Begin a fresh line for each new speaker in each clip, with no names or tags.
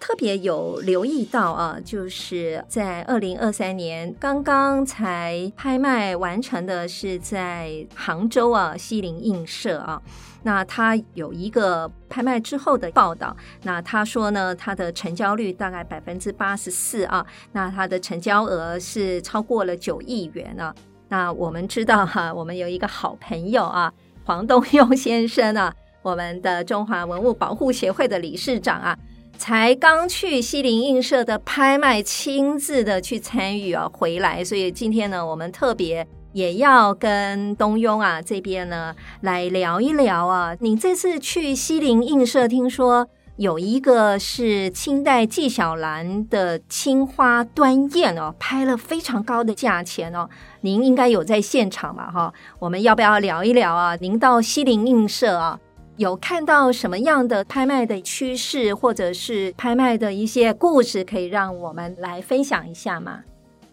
特别有留意到啊，就是在二零二三年刚刚才拍卖完成的是在杭州啊西泠印社啊，那它有一个拍卖之后的报道，那他说呢，它的成交率大概百分之八十四啊，那它的成交额是超过了九亿元啊。那我们知道哈、 我们有一个好朋友啊，黄东庸先生啊，我们的中华文物保护协会的理事长啊，才刚去西泠印社的拍卖亲自的去参与啊，回来，所以今天呢，我们特别也要跟东庸啊这边呢来聊一聊啊，你这次去西泠印社，听说有一个是清代纪晓岚的青花端砚哦，拍了非常高的价钱哦，您应该有在现场嘛哈？我们要不要聊一聊啊？您到西泠印社啊，有看到什么样的拍卖的趋势，或者是拍卖的一些故事，可以让我们来分享一下吗？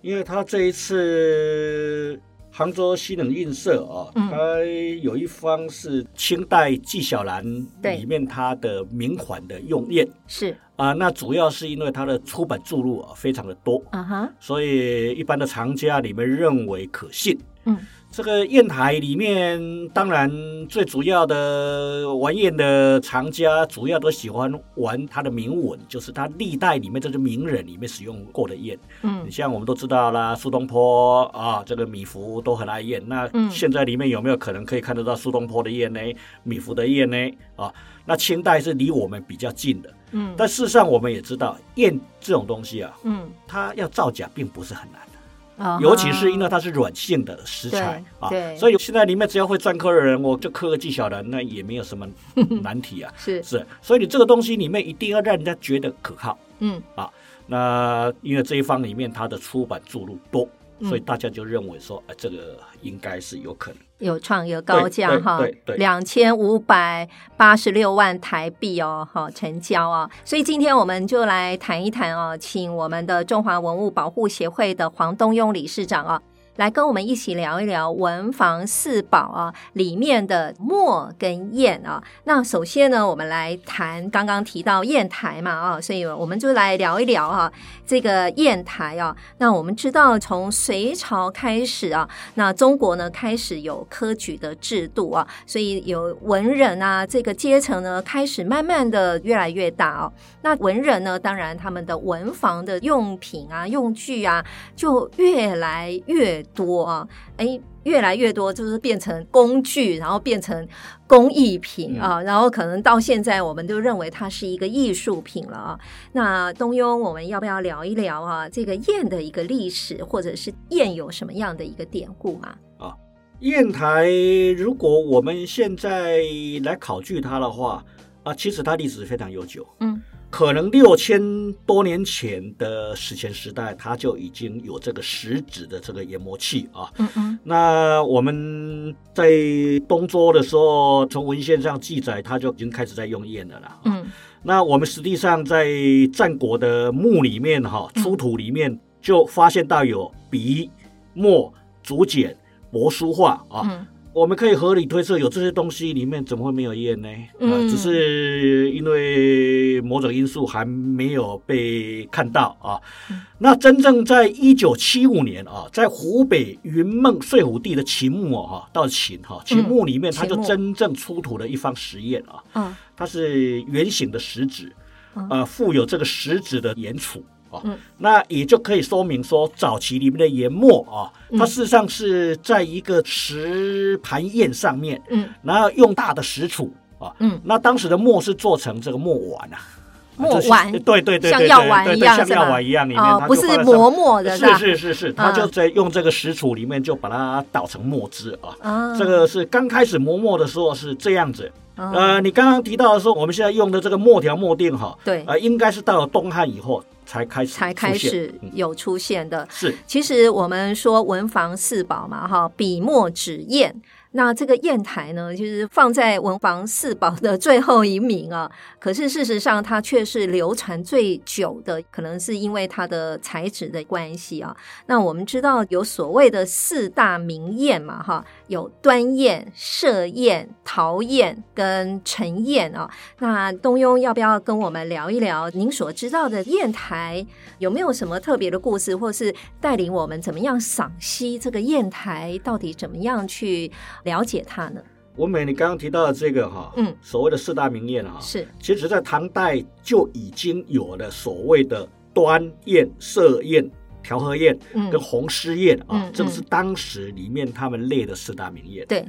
因为他这一次杭州西冷印社啊，
嗯
它有一方是清代纪晓岚
对
里面它的名款的用砚
是
啊，那主要是因为它的出版注入啊非常的多，
啊哈，
所以一般的藏家里面认为可信。
嗯，
这个砚台里面，当然最主要的玩砚的藏家，主要都喜欢玩它的铭文，就是它历代里面这些名人里面使用过的砚。
嗯
你像我们都知道啦，苏东坡啊，这个米芾都很爱验。那
嗯
现在里面有没有可能可以看得到苏东坡的验呢？米芾的验呢？啊，那清代是离我们比较近的，
嗯
但事实上我们也知道，验这种东西啊，
嗯，
它要造假并不是很难的。
啊哈
尤其是因为它是软性的食材
对
啊
对，
所以现在里面只要会篆刻的人，我就刻个纪晓岚，那也没有什么难题啊。
是
是，所以你这个东西里面一定要让人家觉得可靠。
嗯
那因为这一方里面它的出版注入多，
嗯
所以大家就认为说，呃，这个应该是有可能。
有创有高价
对
哈
对，对
两千五百八十六万台币哦，哈成交啊、所以今天我们就来谈一谈哦，请我们的中华文物保护协会的黄东庸理事长啊、来跟我们一起聊一聊文房四宝啊里面的墨跟砚啊。那首先呢，我们来谈刚刚提到砚台嘛啊，所以我们就来聊一聊啊这个砚台啊。那我们知道从隋朝开始啊，那中国呢开始有科举的制度啊，所以有文人啊这个阶层呢开始慢慢的越来越大哦。那文人呢，当然他们的文房的用品啊、用具啊，就越来越多啊，哎。越来越多，就是变成工具，然后变成工艺品
嗯
啊，然后可能到现在，我们就认为它是一个艺术品了啊。那东庸，我们要不要聊一聊啊？这个砚的一个历史，或者是砚有什么样的一个典故啊嘛？
砚台，如果我们现在来考据它的话，啊，其实它历史非常悠久，
嗯，
可能六千多年前的史前时代，它就已经有这个石质的这个研磨器啊。
嗯嗯
那我们在东周的时候，从文献上记载，它就已经开始在用砚了啊啦。
嗯
那我们实际上在战国的墓里面哈、
嗯
出土里面就发现到有笔、墨、竹简、帛书画啊。
嗯
我们可以合理推测，有这些东西里面怎么会没有砚呢？
嗯
呃，只是因为某种因素还没有被看到啊。
嗯
那真正在一九七五年啊，在湖北云梦睡虎地的秦墓啊，到秦哈、秦墓里面，它就
嗯秦墓
真正出土了一方石砚啊。
嗯
它是圆形的石子
嗯，
呃，附有这个石子的岩杵啊
嗯，
那也就可以说明说，早期里面的研墨啊，
嗯
它事实上是在一个石盘砚上面，
嗯
然后用大的石杵啊，
嗯，
那当时的墨是做成这个墨丸啊，
墨
就是
丸
对对对对，
像
对
药
对
丸
对
一样
像
是
药
吧
丸一样里面，
嗯哦
它，
不
就是放在上
磨墨的吧？
是是是是，它
嗯
就在用这个石杵里面就把它捣成墨汁啊，
啊，
这个是刚开始磨墨的时候是这样子，
嗯
呃，你刚刚提到的说，我们现在用的这个墨条墨锭哈，
对，
呃，应该是到了东汉以后才开始
才开
出现
始
嗯
有出现的。
是
其实我们说文房四宝嘛，哈，笔墨纸砚。那这个砚台呢，就是放在文房四宝的最后一名啊。可是事实上，它却是流传最久的，可能是因为它的材质的关系啊。那我们知道有所谓的四大名砚嘛，哈，有端砚、设砚、陶砚跟陈砚啊。那东庸要不要跟我们聊一聊您所知道的砚台有没有什么特别的故事，或是带领我们怎么样赏析这个砚台，到底怎么样去了解它呢？
文美，你刚刚提到的这个哈，
嗯，
所谓的四大名砚哈，
是
其实在唐代就已经有了所谓的端砚、设砚、调和砚
嗯
跟，红丝砚啊，
嗯
这个是当时里面他们列的四大名砚。
对，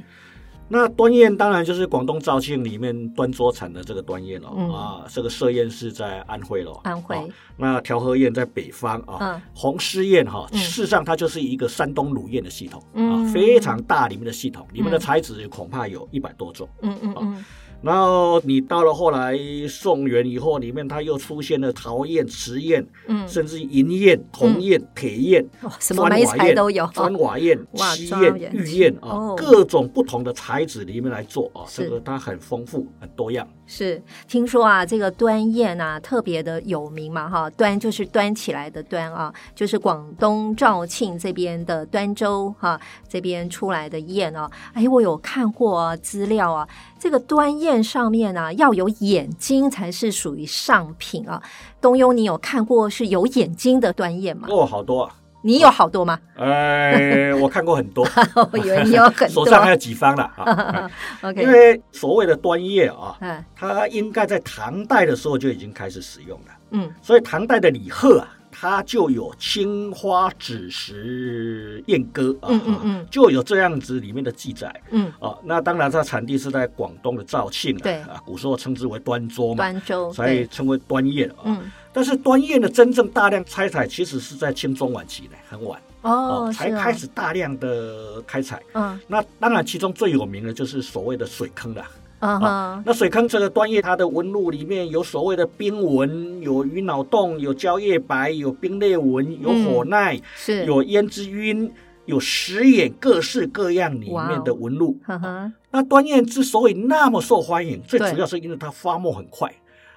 那端砚当然就是广东肇庆里面端桌产的这个端砚了、
嗯
啊，这个设砚是在安徽了，
安徽
啊那调和砚在北方啊。
嗯
红丝砚哈，
嗯
事实上它就是一个山东鲁砚的系统、
嗯
啊，非常大里面的系统，里面的
嗯
材质恐怕有一百多种。
嗯嗯嗯，
然后你到了后来宋元以后，里面它又出现了陶砚、瓷砚，
嗯，
甚至银砚、铜砚、铁砚、
哇，什么
啊
梅材都有，
砖瓦砚、
哇
漆
砖瓦
砚、
砚
玉砚
哦
啊，各种不同的材质里面来做啊，
是
这个它很丰富、很多样。
是，听说啊，这个端砚啊特别的有名嘛，哈，端就是端起来的端啊，就是广东肇庆这边的端州哈、这边出来的砚哦、哎，我有看过、啊、资料啊，这个端砚上面啊要有眼睛才是属于上品啊。东庸，你有看过是有眼睛的端砚吗？
哦，好多啊！
你有好多吗？
哎，我看过很多，
我以为你有很多
手。上还有几方了啊。因
OK，
为所谓的端砚啊，
嗯
它应该在唐代的时候就已经开始使用了。
嗯
所以唐代的李贺啊，他就有青花紫石砚歌啊，
嗯嗯嗯
就有这样子里面的记载
嗯，
啊。那当然，它产地是在广东的肇庆了，
对
啊，古时候称之为端桌嘛，
端州
所以
对，
称为端砚啊。
嗯
但是端砚的真正大量开采，其实是在清中晚期呢，很晚
哦，
才
是啊
开始大量的开采。
嗯
那当然，其中最有名的就是所谓的水坑了。
嗯哼
那水坑这个端砚，它的纹路里面有所谓的冰纹，有鱼脑洞，有蕉叶白，有冰裂纹，有火奈，
嗯是
有胭脂晕，有石眼，各式各样里面的纹路。
呵呵，
那端砚之所以那么受欢迎，最
对
主要是因为它发墨很快，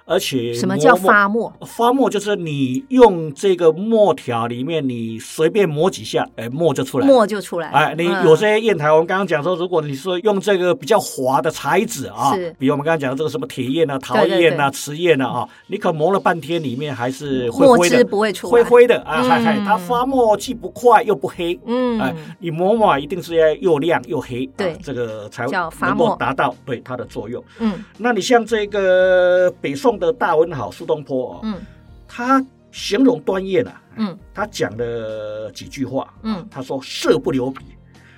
而且
什么叫
磨墨
发墨？
发墨就是你用这个墨条里面，你随便磨几下，哎，墨就出来了。
墨就出来了。
哎，你
嗯
有些砚台，我们刚刚讲说，如果你说用这个比较滑的材质啊
是，
比如我们刚刚讲的这个什么铁砚啊、陶
对
砚
对
啊、瓷砚啊，啊，你可磨了半天，里面还是灰
墨
灰
汁
的，
不会出来，
灰灰的啊，
嗯
嗨嗨，它发墨既不快又不黑，
嗯，
哎你磨墨一定是要又亮又黑，啊
对
这个才
叫发
能够
墨
达到对它的作用。
嗯
那你像这个北宋的大文豪苏东坡啊，
嗯
他形容端砚啊，
嗯
他讲了几句话，
嗯
他说：“色不流笔，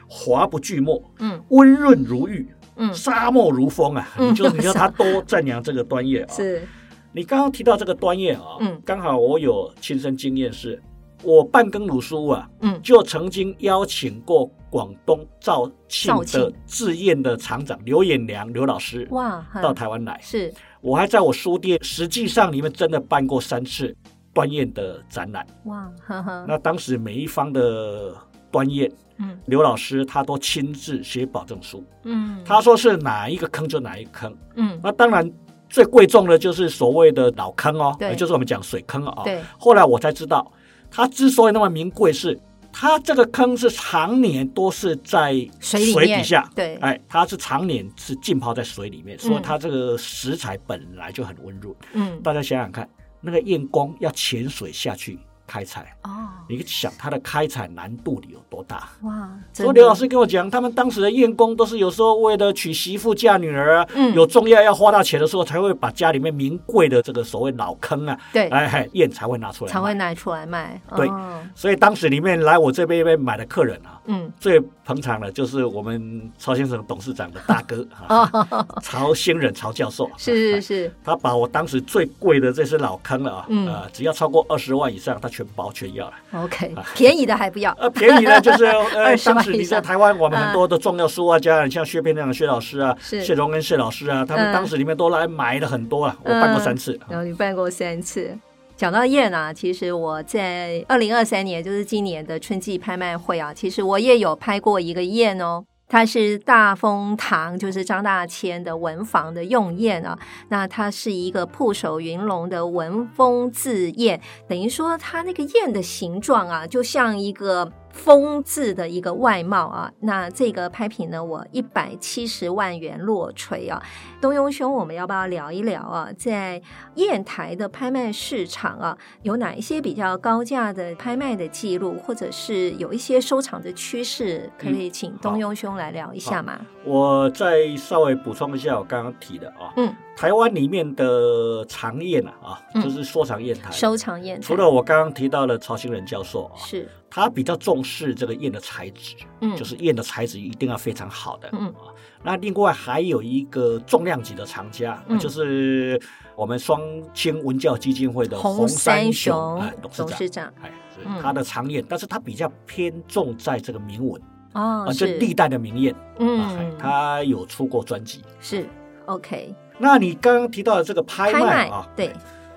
华不聚墨，
嗯
温润如玉，
嗯，
沙漠如风啊！”
嗯
你就你要他多赞扬这个端砚啊。
是
你刚刚提到这个端砚啊，
嗯
刚好我有亲身经验是，我半耕鲁书啊，
嗯
就曾经邀请过广东肇庆
肇
的
庆
制砚的厂长刘衍良刘老师
哇，
到
很
台湾来，
是
我还在我书店，实际上里面真的办过三次端砚的展览。
哇，呵呵，
那当时每一方的端砚。
嗯
刘老师他都亲自写保证书，
嗯，
他啊说是哪一个坑就哪一个坑。
嗯
那当然最贵重的就是所谓的老坑哦，
对
也就是我们讲水坑啊、
对
后来我才知道，它之所以那么名贵是，它这个坑是常年都是在
水里
水
面
底下。
对
哎，它是常年是浸泡在水里面，所以它这个食材本来就很温润。
嗯
大家想想看，那个燕公要潜水下去开采，
哦
你想它的开采难度有多大？
哇，真
所以刘
的
老师跟我讲，他们当时的验工都是有时候为了娶媳妇嫁女儿啊，
嗯
有重要要花到钱的时候，才会把家里面名贵的这个所谓老坑啊，
对
哎哎验才会拿出来卖，
才会拿出来卖，
对
哦
所以当时里面来我这边买的客人啊，
嗯
最捧场的就是我们曹先生董事长的大哥啊，
哦，
曹先人曹教授，哎
是是是，
他把我当时最贵的这些老坑了啊，
嗯
呃，只要超过二十万以上，他全包全要了。
OK，便宜
啊
的还不要。
呃，便宜的就是呃，
20
当
万
时
以
你在
上
台湾，我们很多的重要书画啊家，像薛平亮、薛老师啊，
嗯是
谢荣恩、谢老师啊，他
嗯
们当时里面都来买了很多啊，我办过三次。
然后你办过三次。讲到宴啊，其实我在二零二三年，就是今年的春季拍卖会啊，其实我也有拍过一个宴哦。它是大风堂，就是张大千的文房的用宴啊。那它是一个铺首云龙的文风字砚，等于说它那个砚的形状啊，就像一个风字的一个外貌啊。那这个拍品呢，我一百七十万元落锤啊。东庸兄，我们要不要聊一聊啊？在砚台的拍卖市场啊，有哪一些比较高价的拍卖的记录，或者是有一些收藏的趋势，可
嗯
以请东庸兄来聊一下吗？
我再稍微补充一下我刚刚提的啊，
嗯，
台湾里面的长宴啊，啊，
嗯
就是收藏砚台。
收藏砚台
除了我刚刚提到的曹兴仁教授啊，
是
他比较重视这个砚的材质，
嗯
就是砚的材质一定要非常好的。
嗯
啊，那另外还有一个重量级的藏家，
嗯
就是我们双清文教基金会的
红
山
山
雄哎董
董
事
事
长。
长
哎，是
嗯
他的长砚，但是他比较偏重在这个铭文
哦，
啊，就是历代的名砚啊，哎
嗯，
他有出过专辑。
是 OK
那你刚刚提到的这个拍卖啊，
对，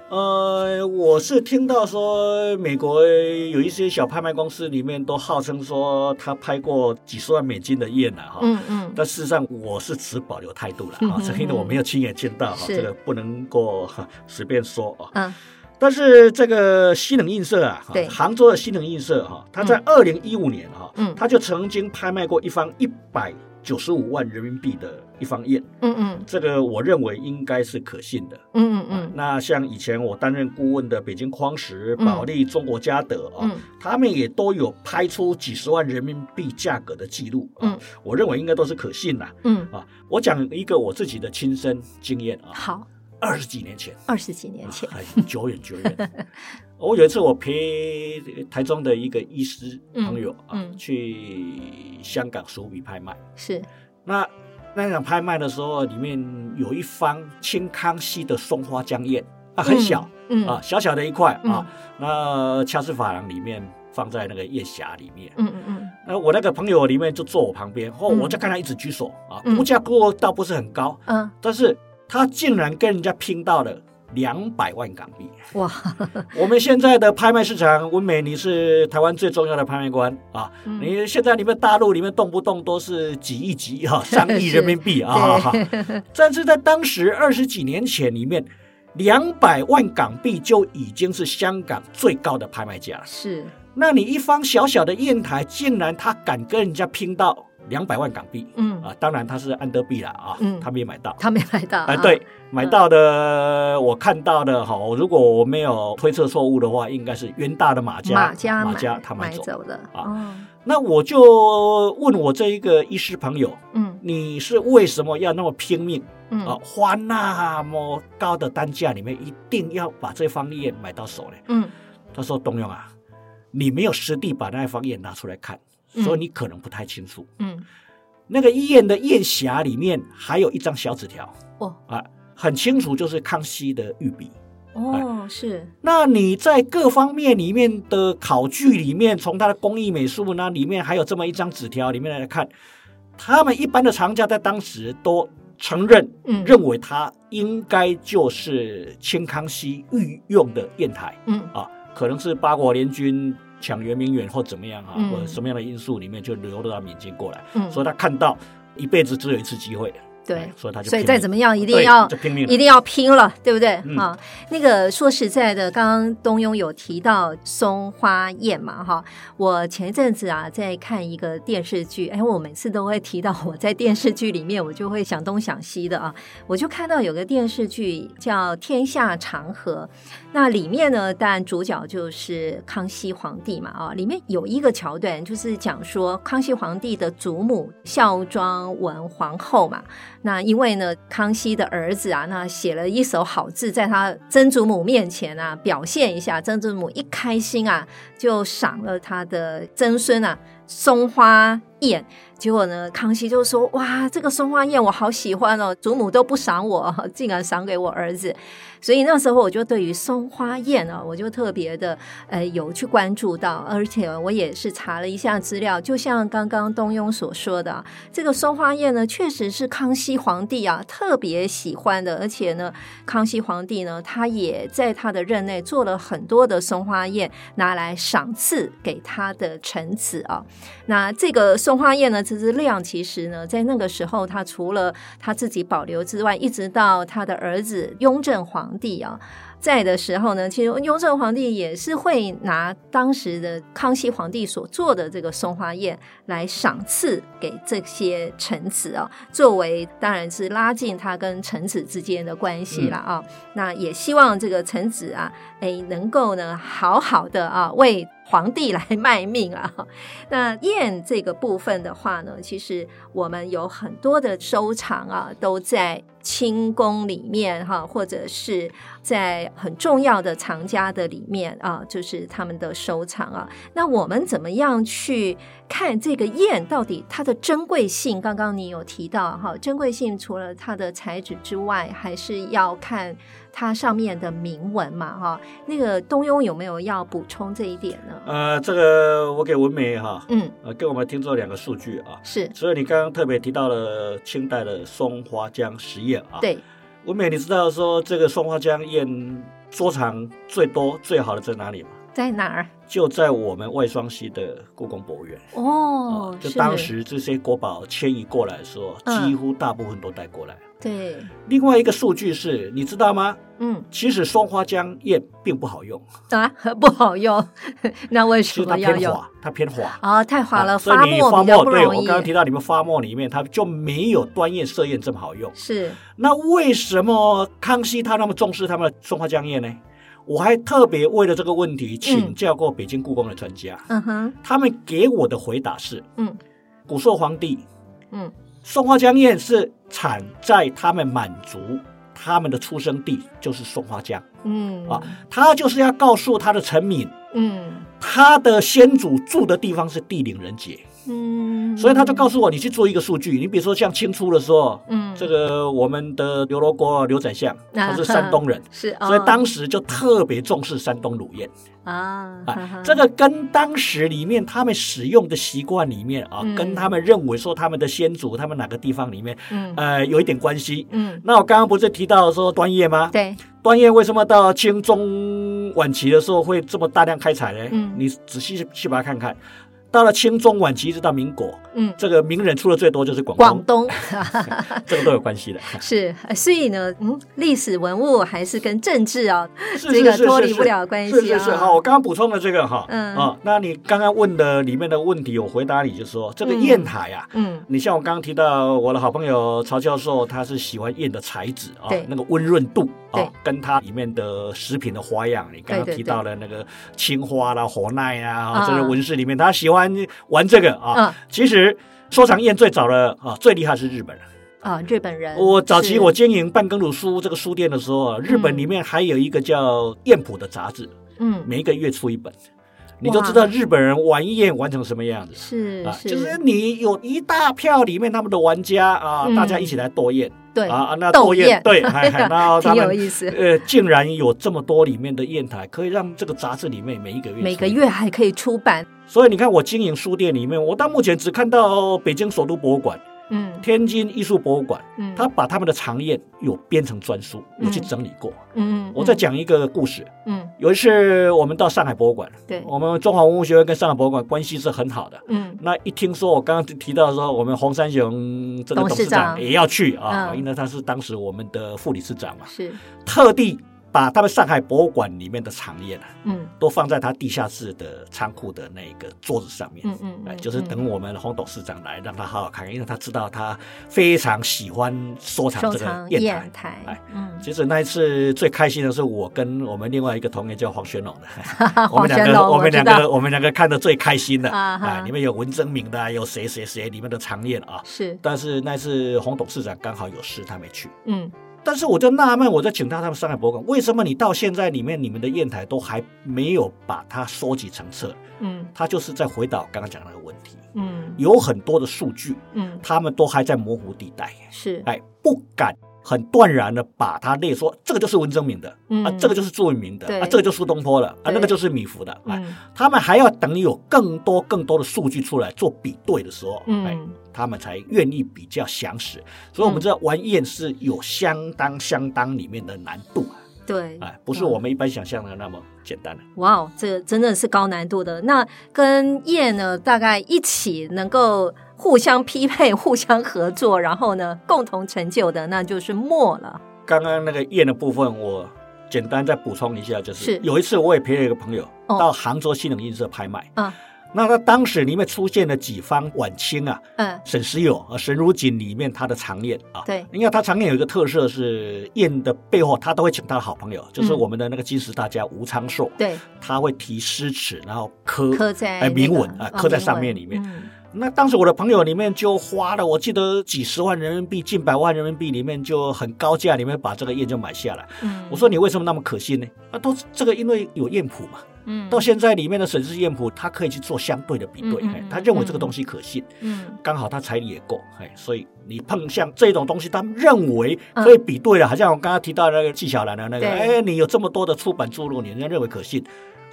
呃，我是听到说美国有一些小拍卖公司里面都号称说他拍过几十万美金的宴了哈。
嗯嗯，
但事实上，我是持保留态度了
嗯
哈，
嗯
这因为我没有亲眼见到哈，
是
这个不能够哈随便说啊。
嗯
但是这个西冷印社啊，哈
对
杭州的西冷印社哈，啊它在二零一五年哈
嗯，
它就曾经拍卖过一方一百九十五万人民币的一方宴，
嗯嗯
这个我认为应该是可信的。
嗯
嗯
嗯，
那像以前我担任顾问的北京匡石、
嗯
保利、中国嘉德啊，
嗯
他们也都有拍出几十万人民币价格的记录啊，
嗯
我认为应该都是可信的啊
嗯，
我讲一个我自己的亲身经验 啊，
好，
二十几年前，啊
二十几年前，
很久远 久远。我有一次我陪台中的一个医师朋友啊，
嗯嗯
去香港手笔拍卖，
是
那。那场拍卖的时候，里面有一方清康熙的松花江砚啊，很小，，
嗯
啊
嗯，
小小的一块
嗯
啊，那恰似珐琅里面放在那个腋匣里面。
嗯嗯嗯，
那我那个朋友里面就坐我旁边，哦，
嗯
我就看他一直举手啊，
嗯
估价过倒不是很高，
嗯，
但是他竟然跟人家拼到了。两百万港币，
哇，
我们现在的拍卖市场，文美你是台湾最重要的拍卖官啊！
嗯
你现在你们大陆里面动不动都是几亿、几 亿啊，上亿
是
人民币啊！哈哈
对，
但是在当时二十几年前里面，两百万港币就已经是香港最高的拍卖价了。
是，
那你一方小小的砚台，竟然他敢跟人家拼到两百万港币
嗯
啊！当然他是安德币了啊，
嗯
他没买到。
他没买到
啊，对，，买到的、我看到的哈，如果我没有推测错误的话，应该是元大的马家，
马家
马
买
家他买
买
走。
走的
啊
哦，
那我就问我这一个医师朋友，
嗯
你是为什么要那么拼命？啊
嗯，
花那么高的单价里面，一定要把这方砚买到手呢？
嗯
他说：“董永啊，你没有实地把那方砚拿出来看，
嗯
所以你可能不太清楚。
嗯，
那个医院的砚匣里面还有一张小纸条
哦
啊，很清楚就是康熙的御笔。
哦，
哎
是，
那你在各方面里面的考据里面，从他的工艺美术呢里面还有这么一张纸条里面来看，他们一般的藏家在当时都承认
嗯
认为它应该就是清康熙御用的砚台
嗯
啊，可能是八国联军抢圆明园或怎么样啊，
嗯
或者什么样的因素里面就流到民间过来，
嗯，
所以他看到一辈子只有一次机会，
对
哎，所以他就
所以
拼
再
命
怎么样一定
对
要
就拼命了，
一定要拼了，对不对？
嗯
啊，那个说实在的，刚刚东庸有提到松花宴嘛，哈，我前一阵子啊在看一个电视剧，哎，我每次都会提到我在电视剧里面，我就会想东想西的啊，我就看到有个电视剧叫《天下长河》，那里面呢，当然主角就是康熙皇帝嘛，啊，里面有一个桥段就是讲说康熙皇帝的祖母孝庄文皇后嘛，那因为呢，康熙的儿子啊，那写了一手好字，在他曾祖母面前啊，表现一下。曾祖母一开心啊，就赏了他的曾孙啊松花宴，结果呢，康熙就说：“哇，这个松花宴我好喜欢哦，祖母都不赏我， 竟然赏给我儿子。”所以那时候我就对于松花宴啊，我就特别的呃有去关注到，而且我也是查了一下资料，就像刚刚东庸所说的、啊，这个松花宴呢，确实是康熙皇帝啊特别喜欢的，而且呢，康熙皇帝呢，他也在他的任内做了很多的松花宴，拿来赏赐给他的臣子啊。那这个松花宴呢，这支量其实呢，在那个时候，他除了他自己保留之外，一直到他的儿子雍正皇。皇帝啊，在的时候呢，其实雍正皇帝也是会拿当时的康熙皇帝所做的这个松花宴来赏赐给这些臣子啊，作为当然是拉近他跟臣子之间的关系了啊。嗯、那也希望这个臣子啊，哎，能够呢好好的啊为。皇帝来卖命啊！那宴这个部分的话呢，其实我们有很多的收藏啊，都在清宫里面哈、啊，或者是在很重要的藏家的里面啊，就是他们的收藏啊。那我们怎么样去看这个宴到底它的珍贵性？刚刚你有提到哈、啊，珍贵性除了它的材质之外，还是要看。它上面的铭文嘛，哈，那个东庸有没有要补充这一点呢？
呃，这个我给文梅哈，
嗯，
呃，给我们听做两个数据啊，
是，
所以你刚刚特别提到了清代的松花江实验啊，
对，
文美，你知道说这个松花江宴收藏最多最好的在哪里吗？
在哪儿？
就在我们外双溪的故宫博物院
哦、
啊，就当时这些国宝迁移过来的时候，
嗯、
几乎大部分都带过来。
对，
另外一个数据是，你知道吗？
嗯，
其实松花江砚并不好用
啊， 不好用。那为什么要用？
它偏滑，
哦，太滑了，
啊、所以你
发
墨对
我
刚刚提到你们发墨里面，它就没有端砚射砚这么好用。
是，
那为什么康熙他那么重视他们松花江砚呢？我还特别为了这个问题请教过北京故宫的专家，
嗯哼，
他们给我的回答是，
嗯，
古寿皇帝，
嗯。
松花江砚是产在他们满族，他们的出生地就是松花江。
嗯
啊，他就是要告诉他的臣民，
嗯，
他的先祖住的地方是地灵人杰。
嗯，
所以他就告诉我，你去做一个数据，你比如说像清初的时候，
嗯，
这个我们的刘罗锅刘宰相他是山东人，
是，哦
所以当时就特别重视山东卤宴
啊
啊，这个跟当时里面他们使用的习惯里面啊，跟他们认为说他们的先祖他们哪个地方里面，
嗯，
呃，有一点关系。
嗯，
那我刚刚不是提到说端砚吗？
对，
端砚为什么到清中晚期的时候会这么大量开采呢？
嗯，
你仔细去把它看看。到了清中晚期，一直到民国，
嗯，
这个名人出的最多就是广
广东，
这个都有关系的。
是，所以呢，嗯，历史文物还是跟政治啊，
是
这个脱离不了关系啊。
是是是，好，我刚刚补充了这个哈，
嗯
啊，那你刚刚问的里面的问题，我回答你就说这个砚台啊，
嗯，
你像我刚刚提到我的好朋友曹教授，他是喜欢砚的材质啊
对，
那个温润度啊
对，
跟它里面的食品的花样，你刚刚
对对
提到了那个青花啦、火奈
啊
啊，这个纹饰里面，他喜欢玩这个啊。
嗯
其实收藏砚最早的啊，最厉害是日本人。
啊，日本人，
我早期
是
我经营半耕鲁书这个书店的时候啊，日本里面还有一个叫砚谱的杂志，
嗯
每一个月出一本，你就知道日本人玩砚玩成什么样子。
是
啊，
是，
就是你有一大票里面他们的玩家啊，
嗯
大家一起来斗砚
对
啊，啊那
斗
斗砚
砚
对，还还然 后
挺
他
有
们
意思。
呃，竟然有这么多里面的砚台，可以让这个杂志里面每一个月
每
出
个
一
月还可以出版，
所以你看，我经营书店里面，我到目前只看到北京首都博物馆、
嗯
天津艺术博物馆，
嗯，
他把他们的长宴有编成专书，
嗯
有去整理过。
嗯，嗯
我再，讲一个故事，
嗯
有一次我们到上海博物馆，
对
我们中华文物学会跟上海博物馆关系是很好的。
嗯
那一听说我刚刚提到说，我们黄山雄这个
董
董
事
事
长
长也要去啊，
嗯
因为他是当时我们的副理事长嘛
嗯，是，
特地把他们上海博物馆里面的长宴啊，
嗯
都放在他地下室的仓库的那个桌子上面。
嗯嗯
哎，
嗯，
就是
嗯
等我们洪董事长来，让他好好看看，因为他知道他非常喜欢收藏
收
这个
藏
砚台
砚。台
哎，
嗯，
其实那一次最开心的是我跟我们另外一个同学叫黄轩龙的，我
黄
们两
轩
个
龙，
我们
知
两
道
个我们两个看的最开心的
啊哈
啊，里面有文征明的啊，有谁谁谁里面的常宴啊。
是，
但是那次洪董事长刚好有事，他没去。
嗯
但是我就纳闷，我在请他他们上海博物馆，为什么你到现在里面你们的砚台都还没有把它收集成册？
嗯
他就是在回答我刚刚讲的那个问题，
嗯
有很多的数据，
嗯，
他们都还在模糊地带，
是，
哎，不敢很断然的把它列说，这个就是文征明的、啊，
嗯
这个就是朱文明的
对
啊，这个就是苏东坡的啊，
对
那个就是米芾的，哎，
嗯
他们还要等有更多更多的数据出来做比对的时候，哎，
嗯
他们才愿意比较详实。所以我们知道玩宴是有相当相当里面的难度啊，
对，
哎，不是
嗯
我们一般想象的那么简单的、
哇哦，这个真的是高难度的。那跟叶呢，大概一起能够互相匹配、互相合作，然后呢，共同成就的，那就是墨了。
刚刚那个宴的部分，我简单再补充一下，就是
是
有一次我也陪了一个朋友
哦
到杭州新能印社拍卖，
啊，
那他当时里面出现了几方晚清啊，
嗯
沈石友啊、沈如锦里面他的常宴啊，
对
因为他常宴有一个特色是宴的背后他都会请他的好朋友，就是
嗯
我们的那个金石大家吴昌硕，
对，
他会提诗词，然后刻
刻在
哎
那
铭
个哦
文啊刻在上面里面。
嗯
那当时我的朋友里面就花了，我记得几十万人民币、近百万人民币里面就很高价里面把这个砚就买下来。
嗯，
我说你为什么那么可信呢？啊，都是这个因为有砚谱嘛，
嗯，
到现在里面的沈氏砚谱，他可以去做相对的比对，
嗯嗯
哎
嗯
他认为这个东西可信，
嗯
刚好他财力也够，哎，所以你碰像这种东西，他们认为可以比对了，好像我刚刚提到那个纪晓岚的那
嗯
个，
对
哎，你有这么多的出版著录，你人家认为可信，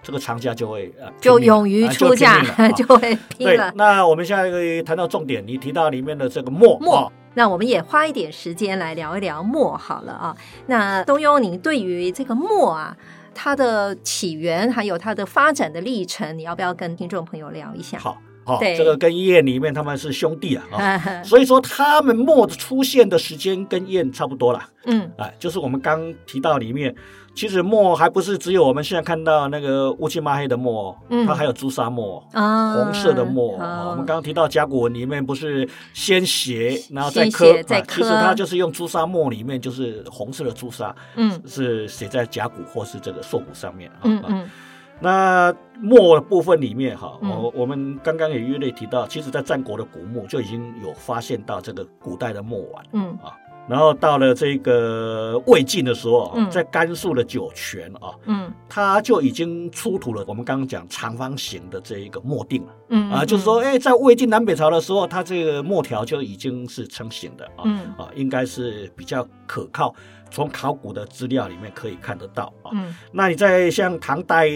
这个藏家就会呃
就
拼命了
勇于
啊
出价
就拼命了啊
就会拼
对
了，。
那我们现在呃谈到重点，你提到里面的这个墨
墨
啊
那我们也花一点时间来聊一聊墨好了啊。那东优，您对于这个墨啊，它的起源还有它的发展的历程，你要不要跟听众朋友聊一下？
好好，
对
这个跟燕里面他们是兄弟啊，啊
嗯
所以说他们墨的出现的时间跟燕差不多了。
嗯
哎，就是我们刚提到里面，其实墨还不是只有我们现在看到那个乌漆抹黑的墨哦，
嗯
它还有朱砂墨哦。
啊，
红色的墨哦，
好
我们刚刚提到甲骨文里面不是先写，然后再
先
刻
写，再
啊其实
刻
它就是用朱砂墨里面就是红色的朱砂，
嗯
是写在甲骨或是这个兽骨上面啊。
嗯
啊
嗯
那墨的部分里面哈，哦
嗯
我我们刚刚也略略提到，其实在战国的古墓就已经有发现到这个古代的墨碗。
嗯
然后到了这个魏晋的时候啊，
嗯
在甘肃的酒泉啊，
嗯
它就已经出土了我们刚刚讲长方形的这一个墨锭了
嗯
啊，就是说，，哎，在魏晋南北朝的时候，它这个墨条就已经是成型的啊，
嗯
啊，应该是比较可靠，从考古的资料里面可以看得到啊。
嗯
那你在像唐代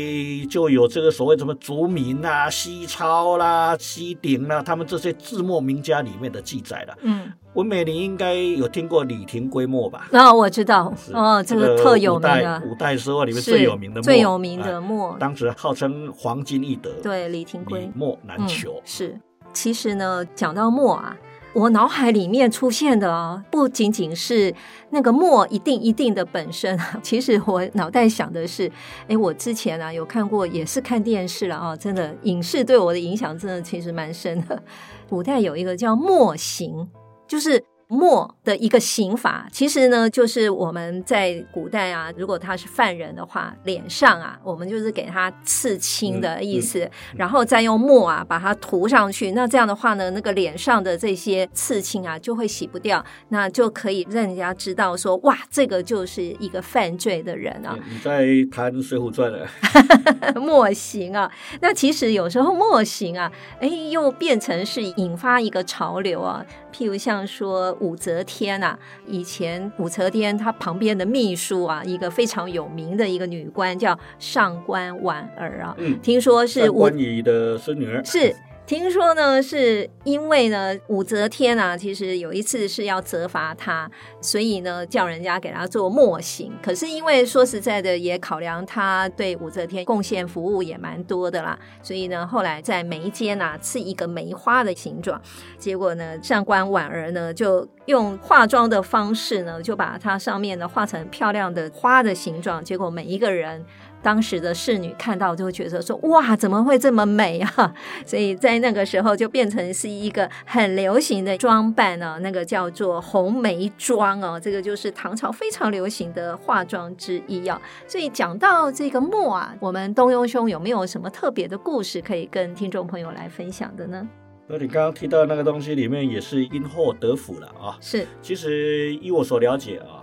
就有这个所谓什么竹民啊、西超啦、西鼎啦、他们这些字墨名家里面的记载了。
嗯，
文美你应该有听过李廷圭墨吧？
那、哦、我知道
是
哦，这个特有名的
五代，五代时候里面
是
最有名的墨，
最有名的
哎
墨，
当时号称黄金易得，，
对李廷
李
圭，
墨难求
嗯。。是，其实呢，讲到墨啊，我脑海里面出现的啊，不仅仅是那个墨一定一定的本身啊， 其实我脑袋想的是，哎，我之前啊有看过，也是看电视了啊，真的影视对我的影响真的其实蛮深的。 古代有一个叫墨刑，就是。墨的一个刑罚，其实呢，就是我们在古代啊，如果他是犯人的话，脸上啊，我们就是给他刺青的意思，然后再用墨啊把它涂上去。那这样的话呢，那个脸上的这些刺青啊就会洗不掉，那就可以让人家知道说，哇，这个就是一个犯罪的人啊。
嗯你在谈《水浒传》了？
墨刑啊，那其实有时候墨刑啊，哎，又变成是引发一个潮流啊。譬如像说武则天啊，以前武则天她旁边的秘书啊，一个非常有名的一个女官叫上官婉儿啊，
嗯，
听说是
上
武
官仪的孙女儿
是，听说呢，是因为呢，武则天啊，其实有一次是要责罚他，所以呢，叫人家给他做墨刑。可是因为说实在的，也考量他对武则天贡献服务也蛮多的啦，所以呢，后来在眉间啊刺一个梅花的形状。结果呢，上官婉儿呢就用化妆的方式呢，就把它上面呢画成漂亮的花的形状。结果每一个人。当时的侍女看到就觉得说：“哇，怎么会这么美啊？”所以在那个时候就变成是一个很流行的装扮呢、那个叫做红梅妆哦，这个就是唐朝非常流行的化妆之一哦。所以讲到这个墨啊，我们东优兄有没有什么特别的故事可以跟听众朋友来分享的呢？
那你刚刚提到那个东西里面也是因祸得福了啊。
是，
其实依我所了解啊，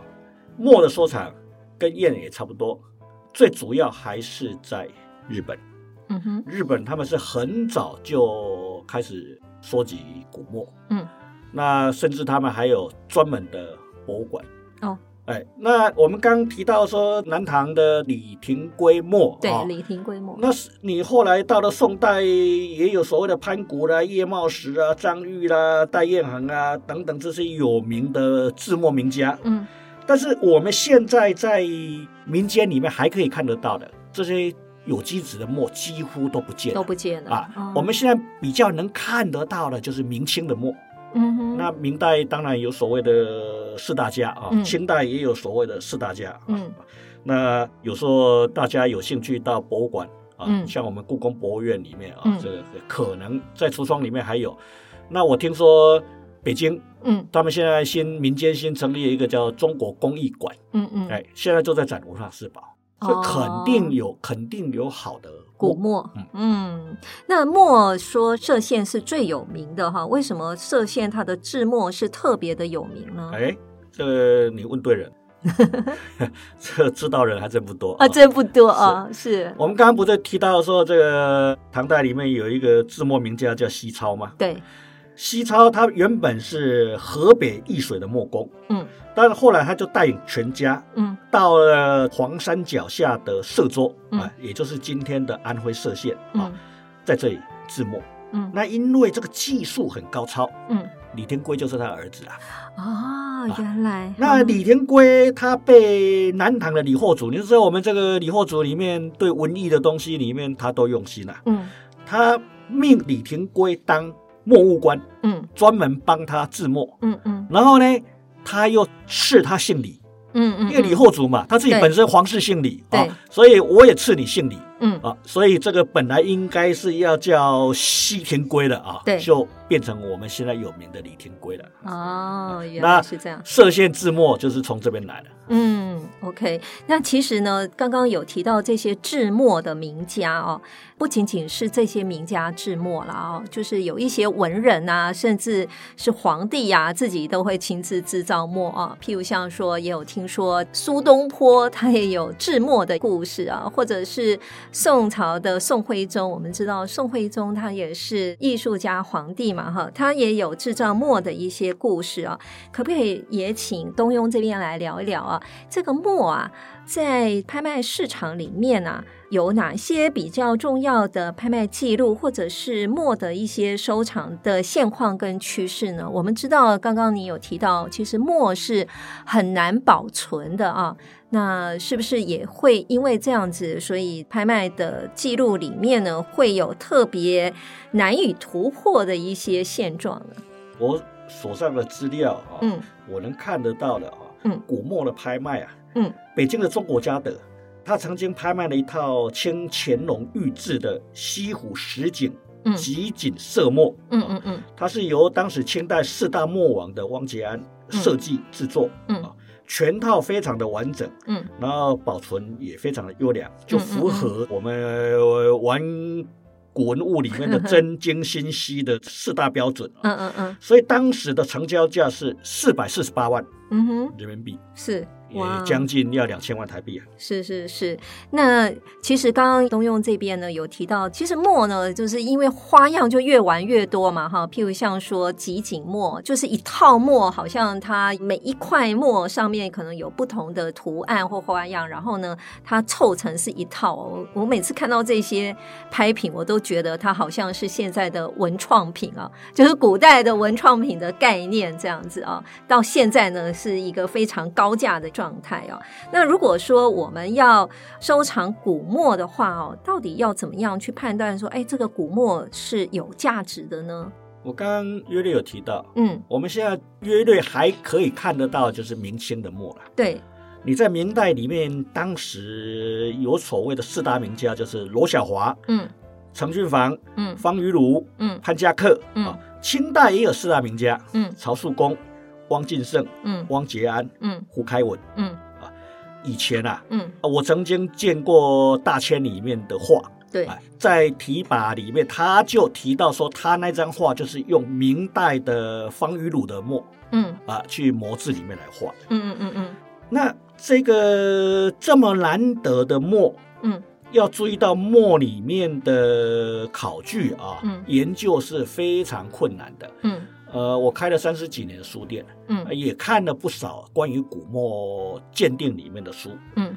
墨的收藏跟砚也差不多，最主要还是在日本。
嗯哼，
日本他们是很早就开始收集古墨，
嗯，
那甚至他们还有专门的博物馆。
哦，
哎，那我们刚提到说南唐的李廷圭墨，
对，
哦
李廷规模，
那是你后来到了宋代，也有所谓的潘谷啦、叶茂石啊、张玉啦、戴彦衡啊等等这些有名的字墨名家。
嗯
但是我们现在在民间里面还可以看得到的这些有机质的墨，几乎都不见
都
了
不见了
啊。
嗯
我们现在比较能看得到的就是明清的墨。
嗯哼，
那明代当然有所谓的四大家啊，
嗯
清代也有所谓的四大家、啊。
嗯
那有时候大家有兴趣到博物馆啊，
嗯
像我们故宫博物院里面啊，
嗯
这个可能在橱窗里面还有。那我听说北京
嗯
他们现在新民间新成立了一个叫中国工艺馆，
嗯嗯，
哎，现在就在展文化四宝，所
哦
以肯定有、肯定有好的
古墨，嗯，那墨说歙县是最有名的哈，为什么歙县它的制墨是特别的有名呢？
哎，这个你问 对人，这知道人还真不多
啊，真不多啊，是
我们刚刚不是提到说，这个唐代里面有一个字墨名家叫西超吗？
对，
西超他原本是河北易水的墨工，
嗯
但是后来他就带领全家
嗯
到了黄山脚下的歙州、
嗯
啊，也就是今天的安徽歙县啊，
嗯
在这里制墨。
嗯
那因为这个技术很高超，
嗯，
李天圭就是他儿子啊。
哦，原来
那
嗯
李天圭他被南唐的李后主，你就知道我们这个李后主里面对文艺的东西里面他都用心啊。
嗯
他命李廷圭当墨务官，
嗯
专门帮他制墨。
嗯嗯
然后呢，他又赐他姓李，
嗯嗯，
因为李后主嘛，他自己
对
本身皇室姓李
对
啊，所以我也赐你姓李
嗯
啊，所以这个本来应该是要叫西廷圭的啊
对，
就变成我们现在有名的李廷圭了。
哦，原
那
来是这样。
歙县制墨就是从这边来的，
嗯，OK，那其实呢，刚刚有提到这些制墨的名家哦，不仅仅是这些名家制墨了哦，就是有一些文人啊，甚至是皇帝呀、自己都会亲自制造墨啊。譬如像说，也有听说苏东坡他也有制墨的故事啊，或者是宋朝的宋徽宗，我们知道宋徽宗他也是艺术家皇帝嘛哈，他也有制造墨的一些故事啊。可不可以也请东庸这边来聊一聊啊？这个墨啊，在拍卖市场里面啊，有哪些比较重要的拍卖记录，或者是墨的一些收藏的现况跟趋势呢？我们知道，刚刚你有提到，其实墨是很难保存的啊。那是不是也会因为这样子，所以拍卖的记录里面呢，会有特别难以突破的一些现状呢？
我手上的资料啊，
嗯
我能看得到的啊，
嗯
古墨的拍卖啊，
嗯，
北京的中国嘉德，他曾经拍卖了一套清乾隆御制的西湖十景
嗯
集锦色墨，
嗯嗯嗯
它是由当时清代四大墨王的汪杰安设计制作，
嗯
啊，全套非常的完整，
嗯
然后保存也非常的优良，就
嗯嗯
符合我们呃玩古文物里 面的真经心析的四大标准啊。
嗯嗯嗯
所以当时的成交价是四百四十八万
嗯哼，
人民币，
是
也将近要两千万台币啊。
是是是，那其实刚刚东用这边呢有提到，其实墨呢，就是因为花样就越玩越多嘛，哈，譬如像说集锦墨，就是一套墨，好像它每一块墨上面可能有不同的图案或花样，然后呢，它凑成是一套哦。我我每次看到这些拍品，我都觉得它好像是现在的文创品啊， 就是古代的文创品的概念这样子啊，到现在呢是一个非常高价的状态啊。那如果说我们要收藏古墨的话哦，到底要怎么样去判断说，哎，这个古墨是有价值的呢？
我刚刚约略有提到，
嗯，
我们现在约略还可以看得到，就是明清的墨了。
对，
你在明代里面，当时有所谓的四大名家，就是罗小华、
嗯
程俊房、
嗯
方于鲁、
嗯
潘家克、
嗯
啊。清代也有四大名家，
嗯
曹树公、汪晋胜、
嗯
汪杰安、
嗯
胡开文。
嗯
以前啊，
嗯，
我曾经见过大千里面的画，
对，
哎，在题跋里面，他就提到说，他那张画就是用明代的方于鲁的墨
嗯
啊去模制里面来画的。
嗯嗯嗯嗯
那这个这么难得的墨，
嗯
要注意到墨里面的考据啊，
嗯
研究是非常困难的。
嗯
呃，我开了三十几年的书店，啊
嗯
也看了不少关于古墨鉴定里面的书。
嗯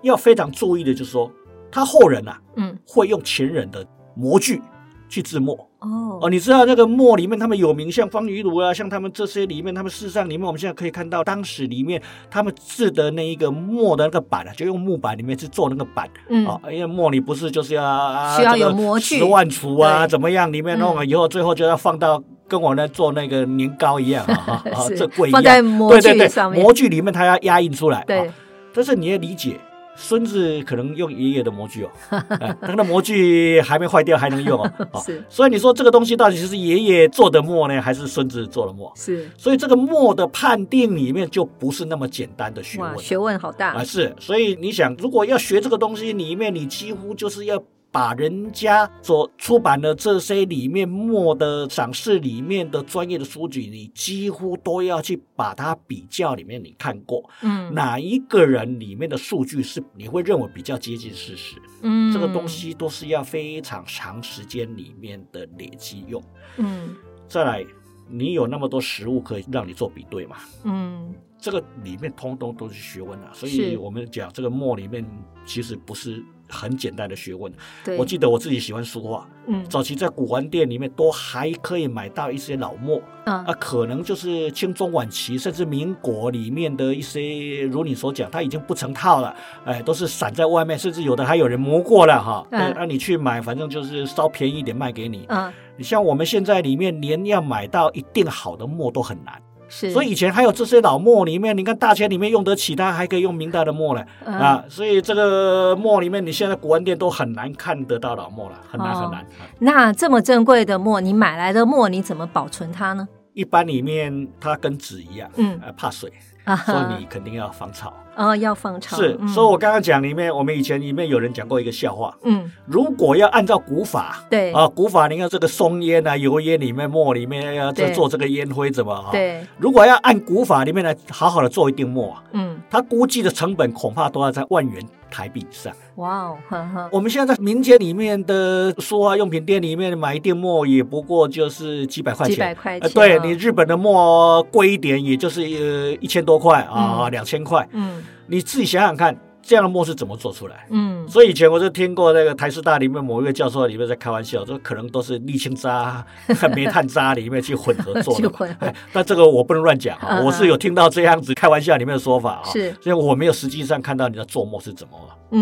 要非常注意的就是说，他后人啊
嗯，
会用前人的模具去制墨。
哦
哦，，你知道那个墨里面，他们有名像方鱼炉啊，像他们这些里面，他们事实上里面，我们现在可以看到，当时里面他们制的那一个墨的那个板啊，就用木板里面去做那个板
嗯
啊、因为墨你不是就是要、啊、
需要有模具
十万除啊，
对
怎么样？里面弄了以后，最后就要放到跟我那做那个年糕一样 啊，啊啊
是
这贵一
放在
样，
模
对对
具
对
上，面，
模具里面它要压印出来，
对
啊，但是你也理解，孙子可能用爷爷的模 具哦，哎他的模具还没坏掉还能用哦。哦
是
所以你说这个东西到底是爷爷做的墨呢，还是孙子做的墨？
是
所以这个墨的判定里面就不是那么简单的学
哇，
问
学问好
啊，
大，
是。所以你想，如果要学这个东西，里面你几乎就是要。把人家所出版的这些里面墨的赏识里面的专业的书籍，你几乎都要去把它比较里面你看过，
嗯
哪一个人里面的数据是你会认为比较接近事实？
嗯，
这个东，西都是要非常长时间里面的累积用。
嗯
再来，你有那么多实物可以让你做比对嘛？
嗯
这个里面通通都是学问啊，所以
是
我们讲这个墨里面其实不是很简单的学问。
对，
我记得我自己喜欢书画，
嗯
早期在古玩店里面都还可以买到一些老墨，
嗯
啊，可能就是清中晚期甚至民国里面的一些，如你所讲，它已经不成套了，哎，都是散在外面，甚至有的还有人磨过了哈。
嗯
对那、你去买，反正就是稍便宜一点卖给你。
嗯
你像我们现在里面连要买到一定好的墨都很难，
是，
所以以前还有这些老墨里面，你看大千里面用得起它，还可以用明代的墨呢、
嗯
啊，所以这个墨里面，你现在古玩店都很难看得到老墨了，很难
哦
很难。啊
那这么珍贵的墨，你买来的墨你怎么保存它呢？
一般里面它跟纸一样，
嗯
呃，怕水。
啊
所
哈
以你肯定要防潮。
啊要放长
是，
嗯
所以我刚刚讲里面，我们以前里面有人讲过一个笑话，
嗯
如果要按照古法。
对
啊，古法，你看这个松烟啊、油烟里面、墨里面要这
对
做这个烟灰怎么啊？，
对
如果要按古法里面来好好的做一锭墨啊，
嗯
它估计的成本恐怕都要在万元台币以上。
哇哦呵呵
我们现在在民间里面的书啊用品店里面买一锭墨，也不过就是几百块
几
钱，
百块
呃
钱
对
啊
你日本的墨贵一点，也就是呃一千多块啊，两千块。
嗯
你自己想想看，这样的墨是怎么做出来？
嗯
所以以前我就听过那个台师大里面某一个教授里面在开玩笑，说可能都是沥青渣、 煤炭渣里面去混合做
去
的
混
嘛
合。
但这个我不能乱讲啊，
嗯嗯
我是有听到这样子开玩笑里面的说法啊，
是
所以我没有实际上看到你的做墨是怎么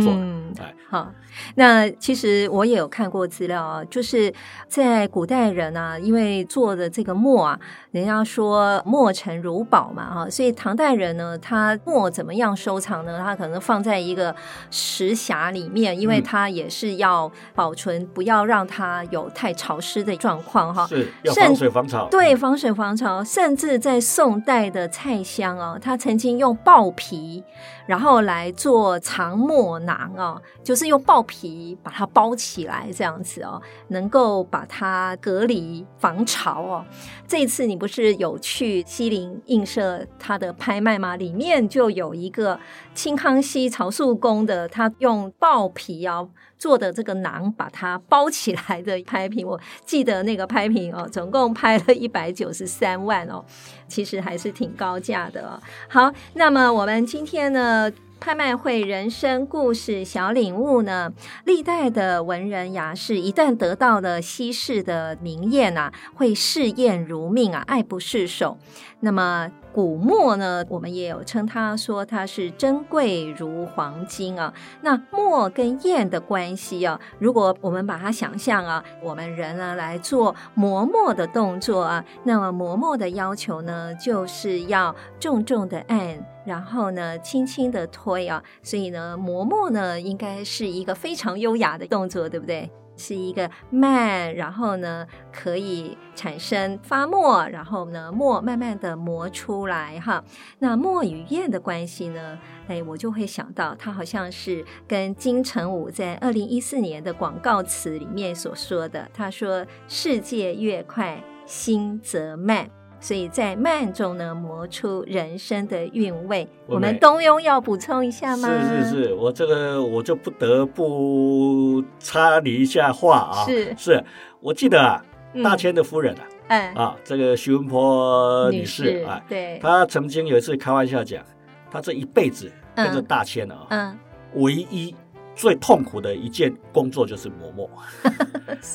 做的。
嗯
哎，
好，那其实我也有看过资料啊，就是在古代人啊，因为做的这个墨啊，人家说墨成如宝嘛啊，所以唐代人呢，他墨怎么样收藏呢？他可能放在一个石匣里面，因为
嗯
它也是要保存，不要让它有太潮湿的状况哈、
是要
甚
防水防潮。
对，防水防潮，甚至在宋代的蔡襄哦，他曾经用豹皮，然后来做长墨囊哦，就是用豹皮把它包起来，这样子哦，能够把它隔离防潮哦。这一次你不是有去西泠印社它的拍卖吗？里面就有一个清康熙曹素宫的，他用豹皮啊、做的这个囊把它包起来的拍品，我记得那个拍品哦，总共拍了一百九十三万哦，其实还是挺高价的、哦。好，那么我们今天呢？拍卖会人生故事小领悟呢？历代的文人雅士一旦得到了稀世的名艳啊，会视艳如命啊，爱不释手。那么古墨呢，我们也有称它说它是珍贵如黄金啊。那墨跟砚的关系啊，如果我们把它想象啊，我们人呢来做磨墨的动作啊，那么磨墨的要求呢，就是要重重的按。然后呢，轻轻的推啊，所以呢，磨墨呢应该是一个非常优雅的动作，对不对？是一个慢，然后呢可以产生发墨，然后呢墨慢慢的磨出来哈。那墨与砚的关系呢，哎，我就会想到它好像是跟金城武在二零一四年的广告词里面所说的，他说：“世界越快，心则慢。”所以在慢中呢磨出人生的韵味。
我
我们
没
东庸要补充一下吗？
嗯是是是，我这个我就不得不插你一下话啊。
是
我记得啊，
嗯
大千的夫人啊，
哎，
啊，这个徐文波女士
士
啊，
对，
她曾经有一次开玩笑讲，她这一辈子
嗯
跟着大千啊，
嗯，
唯一最痛苦的一件工作就是磨墨。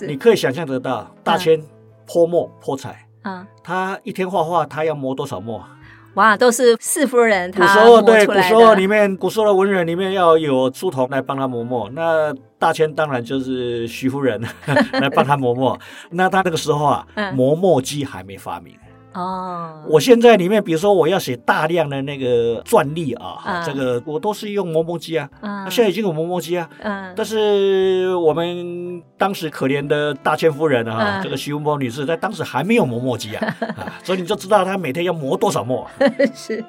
你
是
可以想象得到，大千泼墨泼彩。
啊，
他一天画画，他要磨多少墨啊？
哇，都是四夫人
古
她
时
嗯
候
磨
对
出
古
来
时候
的
里面，古时候的文人里面要有书童来帮他磨墨。那大千当然就是徐夫人 来帮他 磨墨。那他那个时候啊
嗯，
磨墨机还没发明。
哦，
我现在里面，比如说我要写大量的那个篆隶啊
嗯，
这个我都是用磨墨机啊。
嗯
现在已经有磨墨机啊，
嗯
但是我们当时可怜的大千夫人啊，
嗯
这个徐文波女士在当时还没有磨墨机 啊啊，所以你就知道她每天要磨多少墨啊。
是。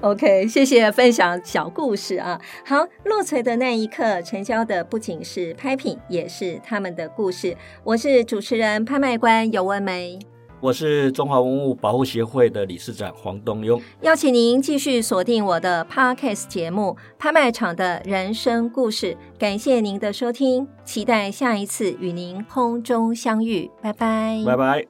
OK，谢谢分享小故事啊。好，落锤的那一刻成交的不仅是拍品，也是他们的故事。我是主持人拍卖官尤文梅，
我是中华文物保护协会的理事长黄东庸，
邀请您继续锁定我的 Podcast 节目《拍卖场的人生故事》。感谢您的收听，期待下一次与您空中相遇，拜拜，
嗯拜拜。